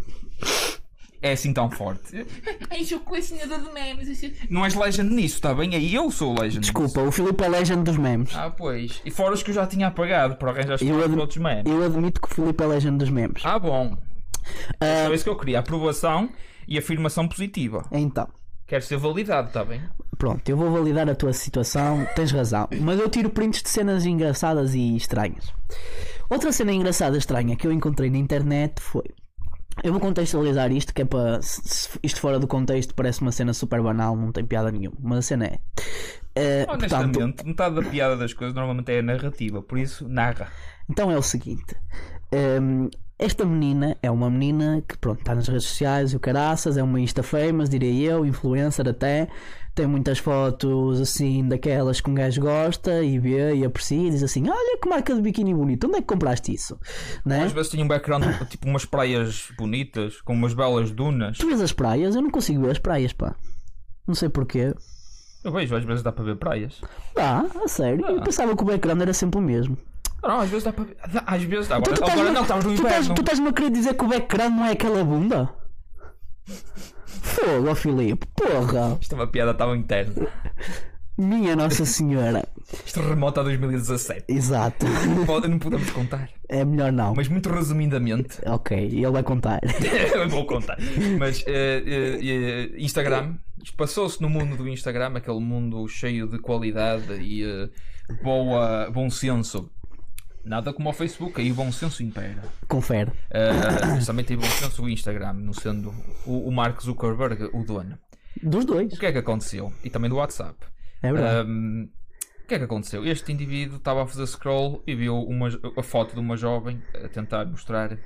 Speaker 1: É assim tão forte.
Speaker 3: Ai, sou colecionador de memes. eu sou-
Speaker 1: Não és legend nisso, está bem? Aí eu sou legend.
Speaker 2: Desculpa, o Filipe é legend dos memes.
Speaker 1: Ah, pois. E fora os que eu já tinha apagado para arranjar
Speaker 2: Eu
Speaker 1: espaço
Speaker 2: admi-
Speaker 1: para outros memes.
Speaker 2: Eu admito que o Filipe é legend dos memes.
Speaker 1: Ah, bom.
Speaker 2: Ah,
Speaker 1: Só isso que eu queria. Aprovação e afirmação positiva.
Speaker 2: então.
Speaker 1: Quero ser validado, está bem?
Speaker 2: Pronto, eu vou validar a tua situação, tens razão. Mas eu tiro prints de cenas engraçadas e estranhas. Outra cena engraçada e estranha que eu encontrei na internet foi. Eu vou contextualizar isto, que é para. Se se isto fora do contexto, parece uma cena super banal, não tem piada nenhuma. Mas a cena é. Eh,
Speaker 1: Honestamente, metade da piada das coisas normalmente é a narrativa, por isso narra.
Speaker 2: Então é o seguinte: hum, esta menina é uma menina que pronto está nas redes sociais e o caraças, é uma Insta famous, diria eu, influencer até, tem muitas fotos assim daquelas que um gajo gosta e vê e aprecia e diz assim: Olha que marca de biquíni bonito, onde é que compraste isso? Né?
Speaker 1: Às vezes tinha um background, tipo umas praias bonitas, com umas belas dunas.
Speaker 2: Tu vês as praias? Eu não consigo ver as praias, pá. Não sei porquê.
Speaker 1: Eu vejo, às vezes dá para ver praias.
Speaker 2: Ah, a sério? Eu pensava que o background era sempre o mesmo.
Speaker 1: Ah, Não, às vezes dá para ver. dá- Às vezes dá. Agora,
Speaker 2: Então tu
Speaker 1: agora
Speaker 2: estás-me
Speaker 1: não, estamos no
Speaker 2: tu estás-
Speaker 1: inverno.
Speaker 2: tu estás-me a querer dizer que o background não é aquela bunda? Fogo, ó Filipe, porra!
Speaker 1: Isto é uma piada tão interna.
Speaker 2: Minha Nossa Senhora!
Speaker 1: Isto remota a 2017.
Speaker 2: Exato,
Speaker 1: Pode- não podemos contar.
Speaker 2: é melhor não.
Speaker 1: Mas muito resumidamente,
Speaker 2: Ok, ele vai contar.
Speaker 1: eu vou contar. Mas eh, eh, eh, Instagram, isto passou-se no mundo do Instagram, aquele mundo cheio de qualidade e eh, boa, bom senso. Nada como ao Facebook, aí o bom senso impera.
Speaker 2: Confere.
Speaker 1: também tem bom senso o Instagram, não sendo o, o Mark Zuckerberg o dono.
Speaker 2: Dos dois,
Speaker 1: O que é que aconteceu? E também do WhatsApp.
Speaker 2: é verdade.
Speaker 1: Ahm, o que é que aconteceu? Este indivíduo estava a fazer scroll e viu uma, jo- a foto de uma jovem a tentar mostrar.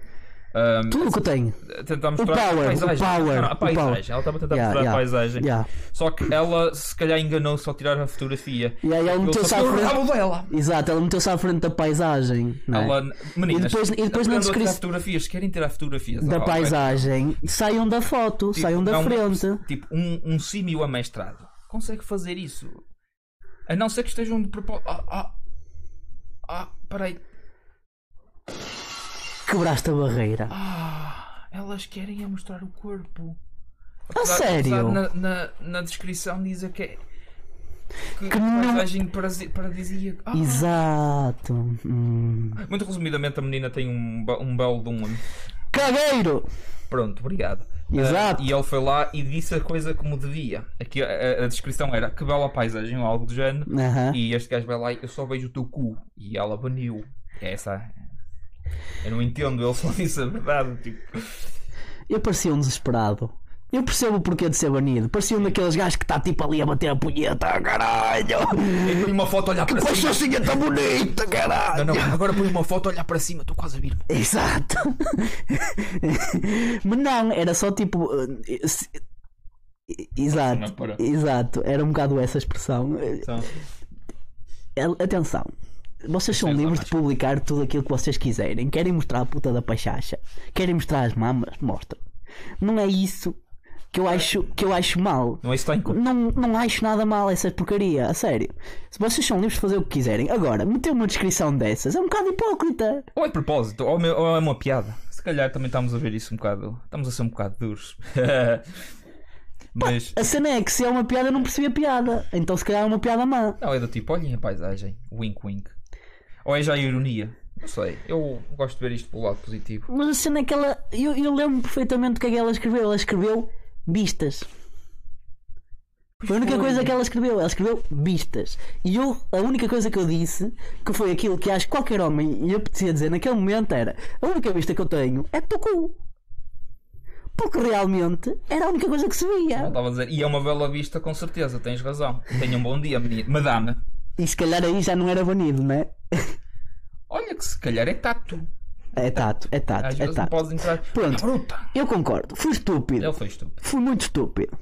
Speaker 1: ahm,
Speaker 2: Tudo o que eu tenho.
Speaker 1: a tentar mostrar
Speaker 2: power,
Speaker 1: a paisagem.
Speaker 2: o power,
Speaker 1: Não, não, a
Speaker 2: o power.
Speaker 1: paisagem. Ela estava a tentar
Speaker 2: Yeah,
Speaker 1: mostrar
Speaker 2: yeah,
Speaker 1: a paisagem.
Speaker 2: yeah.
Speaker 1: Só que ela se calhar enganou-se ao tirar a fotografia.
Speaker 2: E aí ela
Speaker 1: Ele
Speaker 2: meteu-se
Speaker 1: só
Speaker 2: à
Speaker 1: tirou o
Speaker 2: frente.
Speaker 1: rabo dela.
Speaker 2: Exato, ela meteu-se à frente da paisagem. não é?
Speaker 1: Ela, meninas,
Speaker 2: E depois- e depois não
Speaker 1: aprendam a tirar
Speaker 2: descre-
Speaker 1: fotografias, querem tirar fotografias.
Speaker 2: Da
Speaker 1: Ah, ok.
Speaker 2: paisagem. Saiam da foto,
Speaker 1: Tipo,
Speaker 2: saiam da
Speaker 1: não,
Speaker 2: frente.
Speaker 1: Tipo, um, um símio amestrado consegue fazer isso. A não ser que estejam de propósito. Ah, ah, ah, peraí.
Speaker 2: Quebraste a barreira.
Speaker 1: Ah, elas querem é mostrar o corpo.
Speaker 2: A sério?
Speaker 1: na, na, na descrição diz a que é. Que,
Speaker 2: Que não-
Speaker 1: paisagem parasi- paradisíaca. Ah,
Speaker 2: Exato. Hum.
Speaker 1: Muito resumidamente, a menina tem um, ba- um belo de um ano.
Speaker 2: Cagueiro!
Speaker 1: Pronto, obrigado.
Speaker 2: Exato.
Speaker 1: Ah, e ele foi lá e disse a coisa como devia. Aqui a, a- a descrição era que bela paisagem ou algo do género.
Speaker 2: Aham.
Speaker 1: E este gajo vai lá e eu só vejo o teu cu. E ela baniu. É essa. Eu não entendo, ele só disse a verdade. Tipo,
Speaker 2: Eu parecia um desesperado. Eu percebo o porquê de ser banido. Parecia um daqueles gajos que está tipo ali a bater a punheta, "Ah, caralho!
Speaker 1: eu ponho uma foto a olhar para
Speaker 2: Poxa,
Speaker 1: cima.
Speaker 2: assim é tão bonita, caralho!
Speaker 1: Ah, Não, não, agora põe uma foto a olhar para cima, estou quase a vir.
Speaker 2: Exato! Mas não, era só tipo. eh, se- Exato,
Speaker 1: Não, para.
Speaker 2: exato, era um bocado essa expressão. Eh,
Speaker 1: Então,
Speaker 2: eh, Atenção, vocês são livres de publicar tudo aquilo que vocês quiserem. Querem mostrar a puta da pachacha, querem mostrar as mamas, mostram. Não é isso que
Speaker 1: É.
Speaker 2: eu acho, que eu acho mal.
Speaker 1: não é isso que está em conta.
Speaker 2: Não, não acho nada mal essa porcaria, a sério. Se vocês são livres de fazer o que quiserem, agora, meter uma descrição dessas é um bocado hipócrita.
Speaker 1: Ou é de propósito, ou, me- ou é uma piada. Se calhar também estamos a ver isso um bocado. Estamos a ser um bocado duros. Mas.
Speaker 2: A cena é que se é uma piada, eu não percebi a piada. Então, se calhar, é uma piada má.
Speaker 1: Não, é do tipo, olhem a paisagem, wink wink. Ou é já a ironia? Não sei, eu gosto de ver isto pelo lado positivo.
Speaker 2: Mas a cena é que ela. Eu, eu lembro perfeitamente o que é que ela escreveu. Ela escreveu vistas. Foi a única coisa que ela escreveu. Ela escreveu vistas. E eu, a única coisa que eu disse, que foi aquilo que acho que qualquer homem lhe apetecia dizer naquele momento, era: a única vista que eu tenho é do teu cu. Porque realmente era a única coisa que se
Speaker 1: Não
Speaker 2: via.
Speaker 1: estava a dizer, e é uma bela vista com certeza, tens razão. Tenha um bom dia, menina. Madame.
Speaker 2: E se calhar aí já não era banido, né?
Speaker 1: Olha que se calhar é tato.
Speaker 2: É tato, é
Speaker 1: Às
Speaker 2: tato, é
Speaker 1: vezes não
Speaker 2: tato.
Speaker 1: podes entrar.
Speaker 2: Pronto.
Speaker 1: Bruta.
Speaker 2: Eu concordo. Fui estúpido.
Speaker 1: Ele foi estúpido.
Speaker 2: Fui muito estúpido.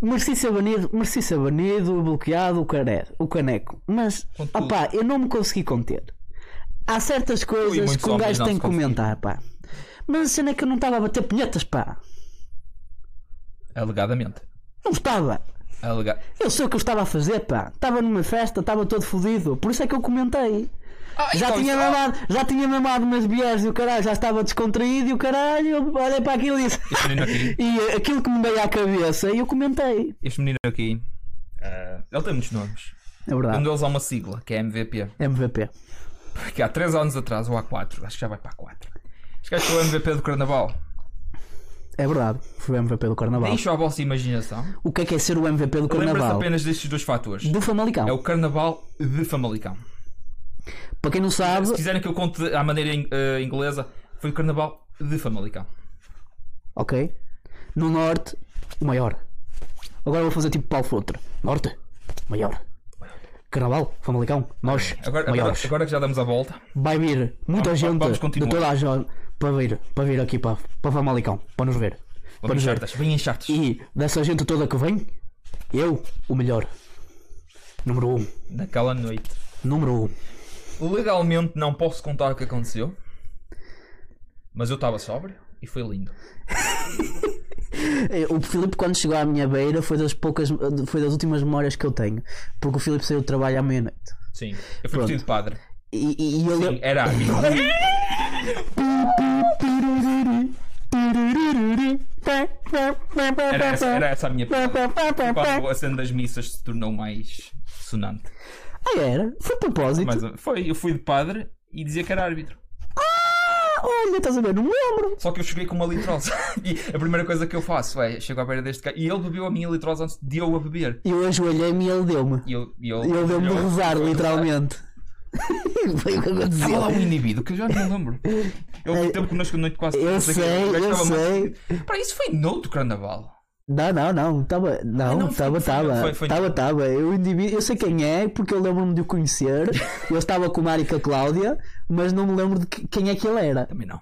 Speaker 2: Mereci ser banido, mereci ser banido, bloqueado, o, care, o caneco. Mas,
Speaker 1: Contudo.
Speaker 2: opá, eu não me consegui conter. Há certas coisas
Speaker 1: muitos
Speaker 2: que um
Speaker 1: homens
Speaker 2: gajo
Speaker 1: não
Speaker 2: tem
Speaker 1: se
Speaker 2: que comentar, pá. Mas a cena é que eu não estava a bater punhetas, pá.
Speaker 1: Alegadamente.
Speaker 2: Não estava.
Speaker 1: Alega...
Speaker 2: Eu sei o que eu estava a fazer, pá. Estava numa festa, estava todo fodido. Por isso é que eu comentei.
Speaker 1: Ah,
Speaker 2: Já
Speaker 1: então
Speaker 2: tinha,
Speaker 1: isso- ah,
Speaker 2: mamado, já tinha mamado umas bières e o caralho, já estava descontraído e o caralho, eu olhei para aquilo e disse.
Speaker 1: Este menino aqui.
Speaker 2: E eh, aquilo que me veio à cabeça, eu comentei.
Speaker 1: Este menino aqui. ah, ele tem muitos nomes.
Speaker 2: É
Speaker 1: Um
Speaker 2: verdade.
Speaker 1: deles há uma sigla, que é MVP.
Speaker 2: MVP.
Speaker 1: Que há 3 anos atrás, ou há 4, acho que já vai para 4. Este gajo foi o MVP do carnaval.
Speaker 2: É verdade, foi o MVP do Carnaval.
Speaker 1: Deixo à vossa imaginação.
Speaker 2: O que é que é ser o MVP do
Speaker 1: Lembra-se
Speaker 2: Carnaval?
Speaker 1: apenas destes dois fatores.
Speaker 2: Do Famalicão.
Speaker 1: É o carnaval de Famalicão.
Speaker 2: Para quem não sabe,
Speaker 1: Se quiserem que eu conte à maneira in- eh, inglesa, foi o carnaval de Famalicão.
Speaker 2: ok. No Norte, o maior. Agora vou fazer tipo Paulo Futre. Norte, maior. Carnaval, Famalicão, nós,
Speaker 1: Agora, agora,
Speaker 2: maiores.
Speaker 1: agora que já damos a volta,
Speaker 2: Vai vir muita
Speaker 1: Vamos-
Speaker 2: gente
Speaker 1: vamos
Speaker 2: de
Speaker 1: continuar.
Speaker 2: toda a zona para vir, para vir aqui para, para Famalicão, para nos ver. para
Speaker 1: vamos
Speaker 2: nos
Speaker 1: em
Speaker 2: ver.
Speaker 1: chartas, vem em chartas.
Speaker 2: E dessa gente toda que vem, eu, o melhor. Número 1. Um.
Speaker 1: Naquela noite.
Speaker 2: Número 1. Um.
Speaker 1: Legalmente não posso contar o que aconteceu, mas eu estava sóbrio e foi lindo.
Speaker 2: Eh, O Filipe, quando chegou à minha beira, foi das poucas, foi das últimas memórias que eu tenho. Porque o Filipe saiu do trabalho à meia-noite.
Speaker 1: Sim, eu fui
Speaker 2: Pronto.
Speaker 1: vestido de padre.
Speaker 2: E, e, e ele.
Speaker 1: Sim, era amigo. é. Era essa, era essa a minha piada. Quando a cena das missas se tornou mais sonante.
Speaker 2: Ah, era? Foi de propósito.
Speaker 1: Mas uh, foi, eu fui de padre e dizia que era árbitro.
Speaker 2: Ah, olha, estás a ver? Não me lembro.
Speaker 1: Só que eu cheguei com uma litrosa. E a primeira coisa que eu faço é, chego à beira deste cara e ele bebeu a minha litrosa antes de eu a beber.
Speaker 2: E Eu ajoelhei-me e ele deu-me.
Speaker 1: E eu, e eu,
Speaker 2: E ele deu-me de rezar, literalmente. Foi o que
Speaker 1: Estava lá
Speaker 2: aconteceu.
Speaker 1: um indivíduo que eu já não lembro. Ele teve tempo connosco a noite quase toda,
Speaker 2: É, Eu
Speaker 1: não o
Speaker 2: sei,
Speaker 1: gajo
Speaker 2: eu
Speaker 1: é estava muito-
Speaker 2: sei.
Speaker 1: Pá, isso foi noutro carnaval.
Speaker 2: Não, não, não, estava, não,
Speaker 1: não, foi-
Speaker 2: estava,
Speaker 1: foi-
Speaker 2: estava,
Speaker 1: foi- foi- tipo
Speaker 2: estava, estava. Eu, indiví- eu sei quem é, porque eu lembro-me de o conhecer. Eu estava com o Mário e com a Cláudia, mas não me lembro de que- quem é que ele era.
Speaker 1: Também não.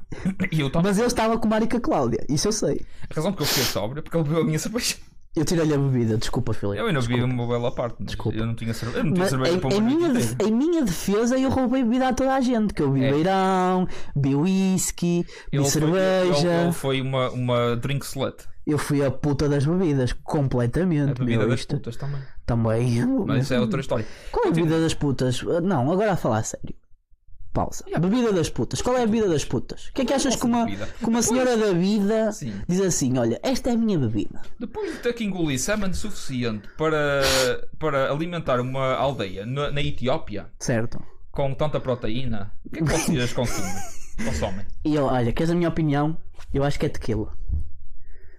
Speaker 1: E eu estava.
Speaker 2: Mas eu estava com o Mário e com a Cláudia, isso eu sei.
Speaker 1: A razão porque eu fiquei sóbrio é porque ele bebeu a minha cerveja.
Speaker 2: Eu tirei-lhe a bebida, desculpa, Filipe.
Speaker 1: Eu ainda bebi uma bela parte. mas Eu não tinha cerveja. Eu não tinha
Speaker 2: Mas
Speaker 1: cerveja para um
Speaker 2: em,
Speaker 1: uma
Speaker 2: em
Speaker 1: noite
Speaker 2: minha,
Speaker 1: inteira.
Speaker 2: def- em minha defesa, eu roubei bebida a toda a gente. Que eu vi
Speaker 1: É.
Speaker 2: beirão, vi whisky, vi
Speaker 1: Ele foi-
Speaker 2: cerveja.
Speaker 1: ele- ele foi uma, uma drink slut.
Speaker 2: Eu fui a puta das bebidas,
Speaker 1: A
Speaker 2: completamente.
Speaker 1: bebida
Speaker 2: meu,
Speaker 1: das
Speaker 2: isto
Speaker 1: putas também.
Speaker 2: também.
Speaker 1: Mas isso é outra história.
Speaker 2: Qual é a bebida das putas? Ah, Não, agora a falar a sério. Pausa. Bebida das putas. Qual é a bebida das putas? O que é que achas que uma,
Speaker 1: bebida.
Speaker 2: que uma senhora da vida
Speaker 1: Sim.
Speaker 2: diz assim: olha, esta é a minha bebida?
Speaker 1: Depois de ter que engolir semen suficiente para, para alimentar uma aldeia na, na Etiópia
Speaker 2: Certo.
Speaker 1: com tanta proteína, o que é que vocês consumem? Consomem.
Speaker 2: E eu, olha, queres a minha opinião? Eu acho que é tequila.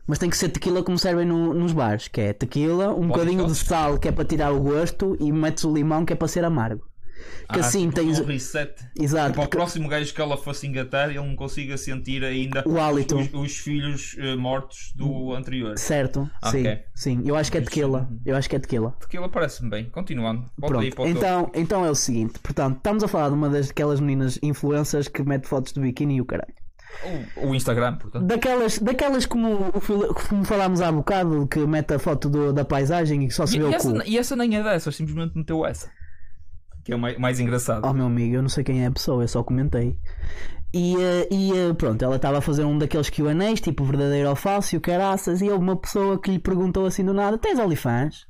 Speaker 2: Mas tem que ser tequila como servem no- nos bares, que é tequila, um bocadinho de
Speaker 1: tosse.
Speaker 2: sal que é para tirar o gosto e metes o limão que é para ser amargo. Que
Speaker 1: Ah,
Speaker 2: assim
Speaker 1: tipo,
Speaker 2: tens. Ah,
Speaker 1: Um tipo reset. Para
Speaker 2: Exato.
Speaker 1: o
Speaker 2: porque-
Speaker 1: próximo gajo que ela fosse engatar, ele não consiga sentir ainda
Speaker 2: O hálito.
Speaker 1: os, os filhos eh, mortos do anterior.
Speaker 2: Certo.
Speaker 1: Ah, Ok.
Speaker 2: Sim, sim. Eu acho que é tequila. Eu acho que é tequila.
Speaker 1: Aquilo parece-me bem. Continuando. Volta aí para
Speaker 2: Pronto,
Speaker 1: o teu.
Speaker 2: então, então é o seguinte, portanto, estamos a falar de uma daquelas meninas influencers que mete fotos de biquíni e o caralho. então-
Speaker 1: O, o Instagram, portanto.
Speaker 2: Daquelas, daquelas como, o Fili- como falámos há bocado, que mete a foto do- da paisagem e que só se
Speaker 1: E,
Speaker 2: vê
Speaker 1: e
Speaker 2: o
Speaker 1: essa,
Speaker 2: cu.
Speaker 1: e essa nem é dessas, simplesmente meteu essa. Que é o mai- mais engraçado.
Speaker 2: Oh meu amigo, eu não sei quem é a pessoa, eu só comentei. E, eh, e, eh, pronto, ela estava a fazer um daqueles QAs, tipo verdadeiro ou falso, e o caraças, e houve uma pessoa que lhe perguntou assim do nada: Tens OnlyFans?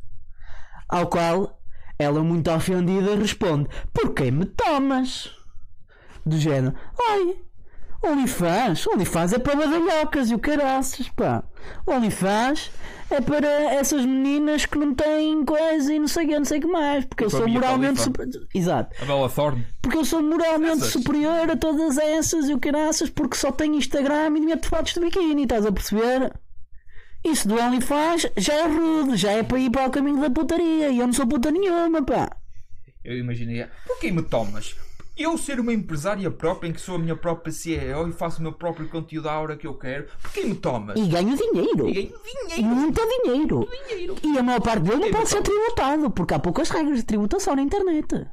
Speaker 2: Ao qual ela, muito ofendida, responde: Por quem me tomas? Do género: Ai, OnlyFans, OnlyFans é para badalhocas e o caraças, pá. OnlyFans é para essas meninas que não têm coisa e não sei o que, não sei o que mais, porque eu
Speaker 1: para
Speaker 2: sou
Speaker 1: mim é
Speaker 2: moralmente.
Speaker 1: OnlyFans.
Speaker 2: super- Exato.
Speaker 1: A Bela Thorne.
Speaker 2: Porque eu sou moralmente
Speaker 1: Essas?
Speaker 2: superior a todas essas e o caraças, porque só tenho Instagram e meto fotos de biquíni, estás a perceber? Isso do OnlyFans já é rude, já é para ir para o caminho da putaria e eu não sou puta nenhuma, pá.
Speaker 1: Eu imaginei. Por que me tomas? Eu ser uma empresária própria em que sou a minha própria CEO e faço o meu próprio conteúdo à hora que eu quero. Por que me tomas?
Speaker 2: E ganho dinheiro.
Speaker 1: E ganho dinheiro.
Speaker 2: Muito dinheiro. E a maior parte dele não pode ser tributado, porque há poucas regras de tributação na internet.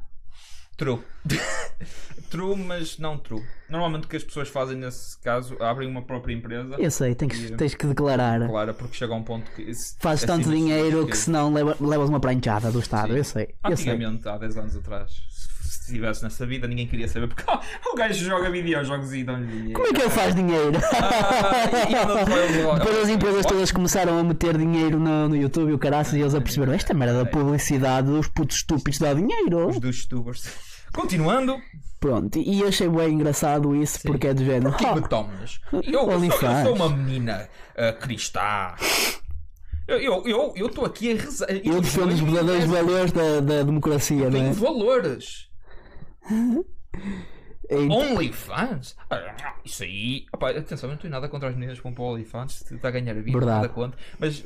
Speaker 1: True. true, mas não true. Normalmente o que as pessoas fazem nesse caso, abrem uma própria empresa.
Speaker 2: Eu sei, tens que, tens que declarar.
Speaker 1: Claro, porque chega a um ponto que. se-
Speaker 2: Fazes
Speaker 1: é
Speaker 2: tanto
Speaker 1: simples,
Speaker 2: dinheiro
Speaker 1: porque
Speaker 2: que senão leva- levas uma pranchada do Estado, eu sei. Eu sei.
Speaker 1: Antigamente, há 10 anos atrás, se se estivesse nessa vida, ninguém queria saber porque oh, o gajo joga videojogos e dão-lhe dinheiro.
Speaker 2: Como é que ele faz dinheiro? Depois as empresas todas começaram a meter dinheiro no, no YouTube e o caraças e eles aperceberam esta merda da publicidade dos putos estúpidos dá dinheiro.
Speaker 1: Os dos youtubers. Continuando,
Speaker 2: Pronto, e achei bem engraçado isso porque é do género.
Speaker 1: que me
Speaker 2: "Oh,
Speaker 1: tomas? Eu, eu sou, eu
Speaker 2: OnlyFans.
Speaker 1: sou uma menina ah, cristã. Eu estou eu, eu, estou aqui a rezar.
Speaker 2: eu defendo os verdadeiros valores da, da democracia, não
Speaker 1: Tenho
Speaker 2: é?
Speaker 1: valores.
Speaker 2: Então-
Speaker 1: OnlyFans? Ah, Isso aí. Opa, atenção, eu não tenho nada contra as meninas que vão para o OnlyFans, se está a ganhar a vida,
Speaker 2: Verdade.
Speaker 1: nada contra. Mas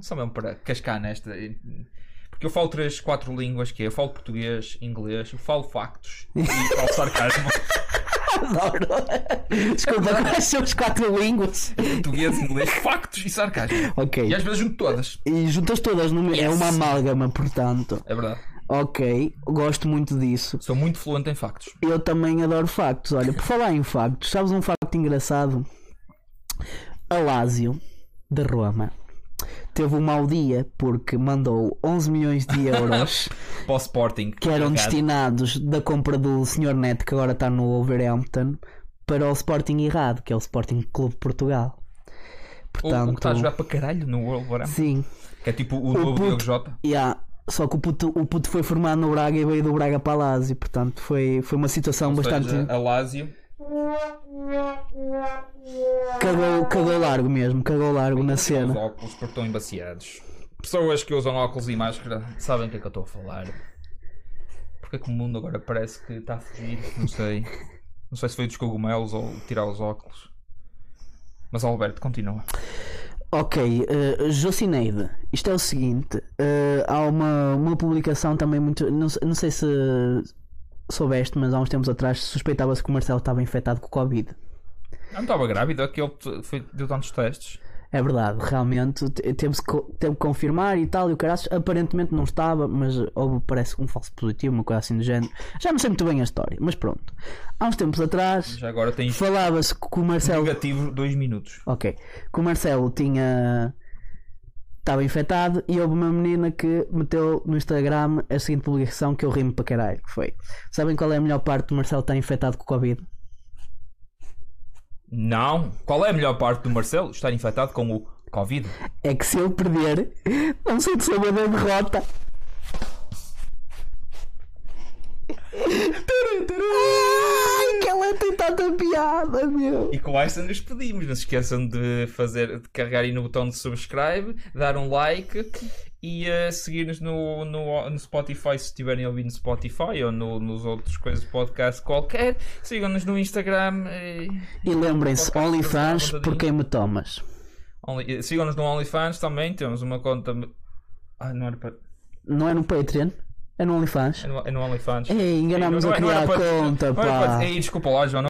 Speaker 1: só mesmo para cascar nesta. eh, Porque eu falo três, quatro línguas, que é, eu falo português, inglês, eu falo factos e falo sarcasmo.
Speaker 2: Adoro. então, Desculpa, quais são as quatro línguas?
Speaker 1: Português, inglês, factos e sarcasmo.
Speaker 2: Ok.
Speaker 1: E às vezes junto todas.
Speaker 2: E juntas todas num. É uma amálgama, portanto.
Speaker 1: É verdade.
Speaker 2: Ok, gosto muito disso.
Speaker 1: Sou muito fluente em factos.
Speaker 2: Eu também adoro factos. Olha, por falar em factos, sabes um facto engraçado? Alásio, de Roma, teve um mau dia porque mandou 11 milhões de euros
Speaker 1: Para o Sporting.
Speaker 2: que um eram
Speaker 1: Obrigado.
Speaker 2: destinados da compra do Sr. Neto, que agora está no Wolverhampton, para o Sporting errado, que é o Sporting Clube de Portugal.
Speaker 1: O, o que está a jogar
Speaker 2: Portanto,
Speaker 1: para caralho no World War
Speaker 2: sim,
Speaker 1: Que é tipo o novo
Speaker 2: puto-
Speaker 1: Diogo Jota.
Speaker 2: yeah. só que o puto, o puto foi formado no Braga e veio do Braga para Alásio, portanto foi, foi uma situação
Speaker 1: Ou seja,
Speaker 2: bastante.
Speaker 1: A Lazio.
Speaker 2: Cagou, cagou largo mesmo, cagou largo na
Speaker 1: Os
Speaker 2: cena.
Speaker 1: óculos porque estão embaciados. Pessoas que usam óculos e máscara sabem o que é que eu estou a falar. Porque é que o mundo agora parece que está a fugir? Não sei. Não sei se foi dos cogumelos ou tirar os óculos. Mas Alberto, continua.
Speaker 2: Ok, eh, Jocineide, isto é o seguinte: eh, há uma, uma publicação também muito. Não, se- não sei se soubeste, mas há uns tempos atrás suspeitava-se que o Marcelo estava infectado com Covid.
Speaker 1: Eu não estava grávida, que ele te- foi- deu tantos testes.
Speaker 2: É verdade, realmente te- teve que co- teve que confirmar e tal. E o caraças aparentemente não estava, mas houve, parece um falso positivo, uma coisa assim do género. Já não sei muito bem a história, mas pronto. Há uns tempos atrás
Speaker 1: Já agora tens
Speaker 2: falava-se que o Marcelo
Speaker 1: negativo dois minutos.
Speaker 2: Ok. Que o Marcelo tinha. Estava infectado e houve uma menina que meteu no Instagram a seguinte publicação que eu rimo para caralho. Que foi: Sabem qual é a melhor parte do Marcelo estar infectado com Covid?
Speaker 1: Não. Qual é a melhor parte do Marcelo? Estar infectado com o Covid.
Speaker 2: É que se eu perder, não sei de saber da derrota. Ai, que ela é tem tanta piada, meu.
Speaker 1: E com esta nos pedimos. Não se esqueçam de fazer, de carregar aí no botão de subscribe, dar um like e eh, seguir-nos no, no, no Spotify se estiverem a ouvir no Spotify ou no- nos outros coisas de podcast qualquer. Sigam-nos no Instagram. eh,
Speaker 2: E lembrem-se:
Speaker 1: Podcast
Speaker 2: OnlyFans,
Speaker 1: Marcelo
Speaker 2: por quem me tomas?
Speaker 1: only- eh, Sigam-nos no OnlyFans também. Temos uma conta. Ah, não era para.
Speaker 2: Não é no Patreon? É no OnlyFans?
Speaker 1: É no, é no OnlyFans.
Speaker 2: Ei, enganámos
Speaker 1: Não
Speaker 2: a
Speaker 1: é- não
Speaker 2: criar
Speaker 1: era
Speaker 2: a
Speaker 1: para-
Speaker 2: conta,
Speaker 1: não era para-
Speaker 2: pá.
Speaker 1: Ei, desculpa lá, João.